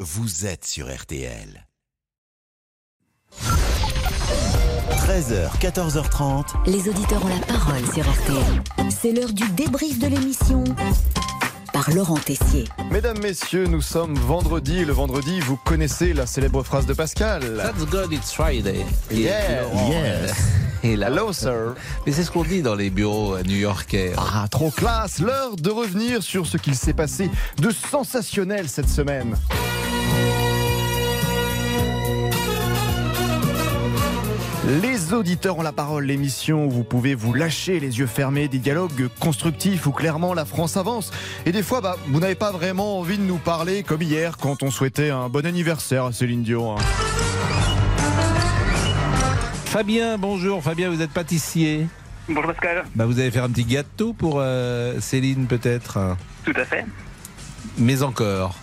vous êtes sur RTL. 13h, 14h30. Les auditeurs ont la parole sur RTL. C'est l'heure du débrief de l'émission par Laurent Tessier. Mesdames, Messieurs, nous sommes vendredi. et Le vendredi, vous connaissez la célèbre phrase de Pascal. That's good, it's Friday. Et- Yeah, et Laurent, yeah. euh, Et là, Hello, sir. Mais c'est ce qu'on dit dans les bureaux euh, new-yorkais. Ah, trop classe. L'heure de revenir sur ce qu'il s'est passé de sensationnel cette semaine. Les auditeurs ont la parole, l'émission où vous pouvez vous lâcher les yeux fermés, des dialogues constructifs où clairement la France avance. Et des fois, bah, vous n'avez pas vraiment envie de nous parler comme hier quand on souhaitait un bon anniversaire à Céline Dion. hein. Fabien, bonjour. Fabien, vous êtes pâtissier. Bonjour Pascal, Bah, vous allez faire un petit gâteau pour euh, Céline, peut-être. tout à fait. Mais encore.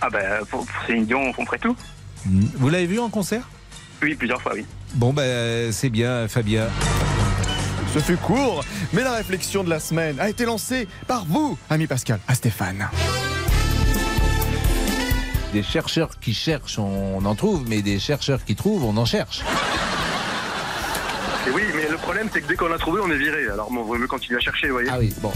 Ah bah pour, pour Céline Dion, on ferait tout Vous l'avez vu en concert Oui, plusieurs fois, oui. Bon, bah, c'est bien, Fabien. Ce fut court, mais la réflexion de la semaine a été lancée par vous, ami Pascal, à Stéphane. Des chercheurs qui cherchent, on en trouve, mais des chercheurs qui trouvent, on en cherche. Et oui, mais le problème c'est que dès qu'on l'a trouvé, on est viré. Alors bon, vaut mieux continuer à chercher, vous voyez. Ah oui, bon.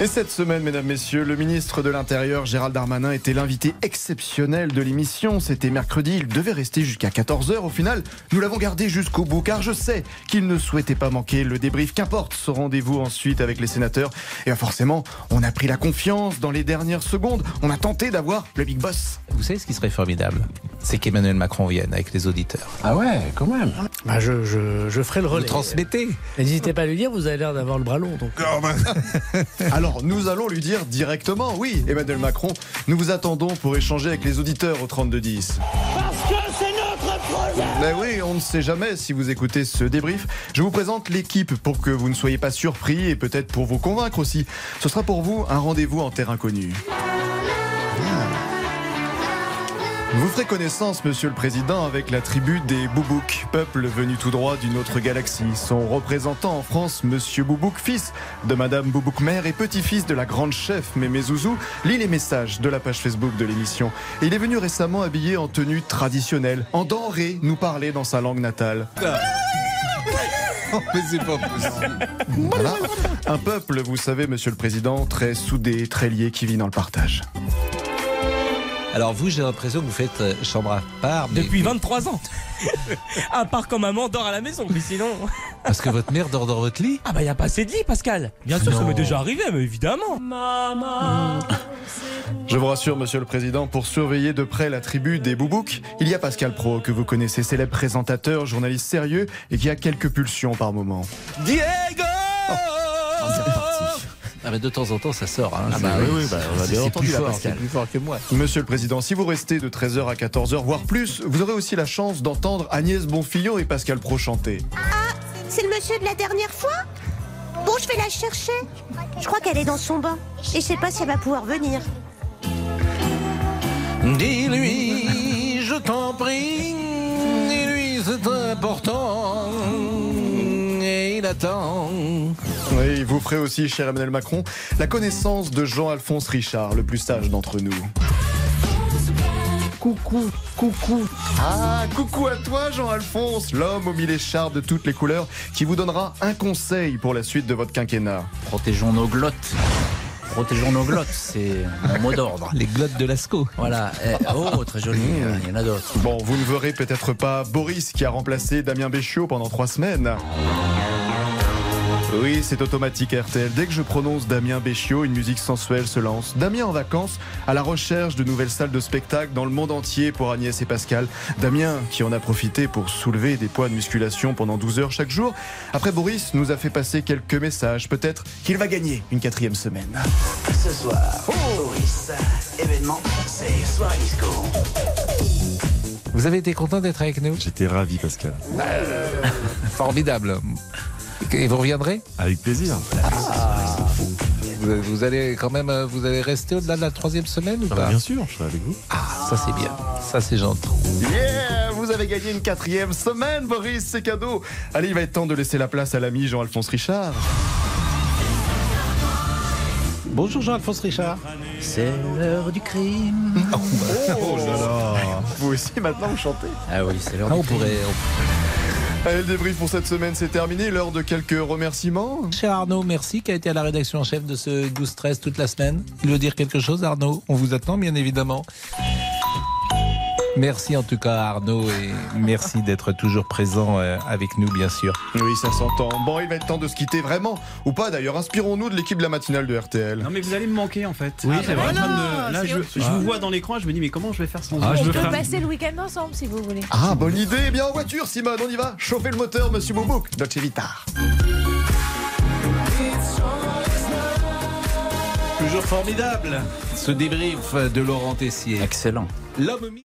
Et cette semaine, mesdames, messieurs, le ministre de l'Intérieur, Gérald Darmanin, était l'invité exceptionnel de l'émission. C'était mercredi, il devait rester jusqu'à 14h. Au final, nous l'avons gardé jusqu'au bout, car je sais qu'il ne souhaitait pas manquer le débrief. Qu'importe ce rendez-vous ensuite avec les sénateurs. Et euh, forcément, on a pris la confiance dans les dernières secondes. On a tenté d'avoir le Big Boss. Vous savez ce qui serait formidable C'est qu'Emmanuel Macron vienne avec les auditeurs. Ah ouais, quand même. Bah, je, je, je ferai le Vous relais. transmettez Et N'hésitez pas à lui dire, vous avez l'air d'avoir le bras long. Donc. Alors, nous allons lui dire directement, oui, Emmanuel Macron, nous vous attendons pour échanger avec les auditeurs au 3210. Ben oui, on ne sait jamais si vous écoutez ce débrief. Je vous présente l'équipe pour que vous ne soyez pas surpris et peut-être pour vous convaincre aussi. Ce sera pour vous un rendez-vous en terre inconnue. Vous ferez connaissance, monsieur le président, avec la tribu des Boubouks, peuple venu tout droit d'une autre galaxie. Son représentant en France, monsieur Boubouk, fils de madame Boubouk mère et petit-fils de la grande chef Mémé Zouzou, lit les messages de la page Facebook de l'émission. Et il est venu récemment habillé en tenue traditionnelle, en denrée, nous parler dans sa langue natale. Ah. Oh, Mais c'est pas possible. Voilà. Un peuple, vous savez, monsieur le président, très soudé, très lié, qui vit dans le partage. Alors vous, j'ai l'impression que vous faites euh, chambre à part. mais- Depuis 23 ans. à part quand maman dort à la maison, mais sinon. Parce que votre mère dort dans votre lit Ah bah y a pas assez dit, Pascal. Bien sûr, ça Non. m'est déjà arrivé, mais évidemment. Je vous rassure, monsieur le président, pour surveiller de près la tribu des Boubouks, il y a Pascal Pro, que vous connaissez, célèbre présentateur, journaliste sérieux et qui a quelques pulsions par moment. Diego Ah mais de temps en temps ça sort. Hein. Ah bah oui, oui c'est plus, fort, c'est plus fort que moi. Monsieur le Président, si vous restez de 13h à 14h, voire plus, vous aurez aussi la chance d'entendre Agnès Bonfillon et Pascal Pro chanter. C'est le monsieur de la dernière fois Bon, je vais la chercher. Je crois qu'elle est dans son bain. Et je sais pas si elle va pouvoir venir. Dis-lui, je t'en prie, dis-lui c'est important, et il attend. Oui, vous ferez aussi, cher Emmanuel Macron, la connaissance de Jean-Alphonse Richard, le plus sage d'entre nous. Coucou, coucou. Ah, coucou à toi, Jean-Alphonse, l'homme aux mille écharpes de toutes les couleurs, qui vous donnera un conseil pour la suite de votre quinquennat. Protégeons nos glottes. Protégeons nos glottes, c'est mon mot d'ordre. Les glottes de Lascaux. Voilà. Eh, Oh, très joli. Il y en a d'autres. Bon, vous ne verrez peut-être pas Boris qui a remplacé Damien Béchiot pendant trois semaines. Oui, c'est automatique RTL. Dès que je prononce Damien Béchiot, une musique sensuelle se lance. Damien en vacances, à la recherche de nouvelles salles de spectacle dans le monde entier pour Agnès et Pascal. Damien qui en a profité pour soulever des poids de musculation pendant 12 heures chaque jour. Après, Boris nous a fait passer quelques messages. Peut-être qu'il va gagner une quatrième semaine. Ce soir, Boris, événement, c'est Soirée Disco. Vous avez été content d'être avec nous Bah, J'étais ravi, Pascal. Formidable. Et vous reviendrez Ah, Avec plaisir. vous, vous allez quand même, euh, vous allez rester au-delà de la troisième semaine ou Ah bah, pas bien sûr, je serai avec vous. Ah, ça c'est bien. Ça c'est gentil. Yeah Vous avez gagné une quatrième semaine, Boris, c'est cadeau Allez, il va être temps de laisser la place à l'ami Jean-Alphonse Richard. Bonjour Jean-Alphonse Richard. C'est l'heure du crime. Vous aussi, maintenant, vous chantez. Ah oui, c'est l'heure du crime. Allez, le débrief pour cette semaine, c'est terminé. L'heure de quelques remerciements. Cher Arnaud, merci qui a été à la rédaction en chef de ce 12-13 toute la semaine. Il veut dire quelque chose, Arnaud On vous attend, bien évidemment. Merci en tout cas à Arnaud et merci d'être toujours présent euh, avec nous bien sûr. Oui, ça s'entend. Bon, il va être temps de se quitter vraiment, ou pas d'ailleurs. Inspirons-nous de l'équipe de la matinale de RTL. Non mais vous allez me manquer en fait. Oui, Ah, c'est en vrai. train de- Là C'est je, autre je chose. vous vois dans l'écran, je me dis mais comment je vais faire sans On vous peut passer le week-end ensemble si vous voulez. Ah, bonne idée. Eh bien, en voiture, Simone, on y va. Chauffez le moteur, monsieur Boubouk. Dolce Vita. Toujours formidable ce débrief de Laurent Tessier. Excellent. L'homme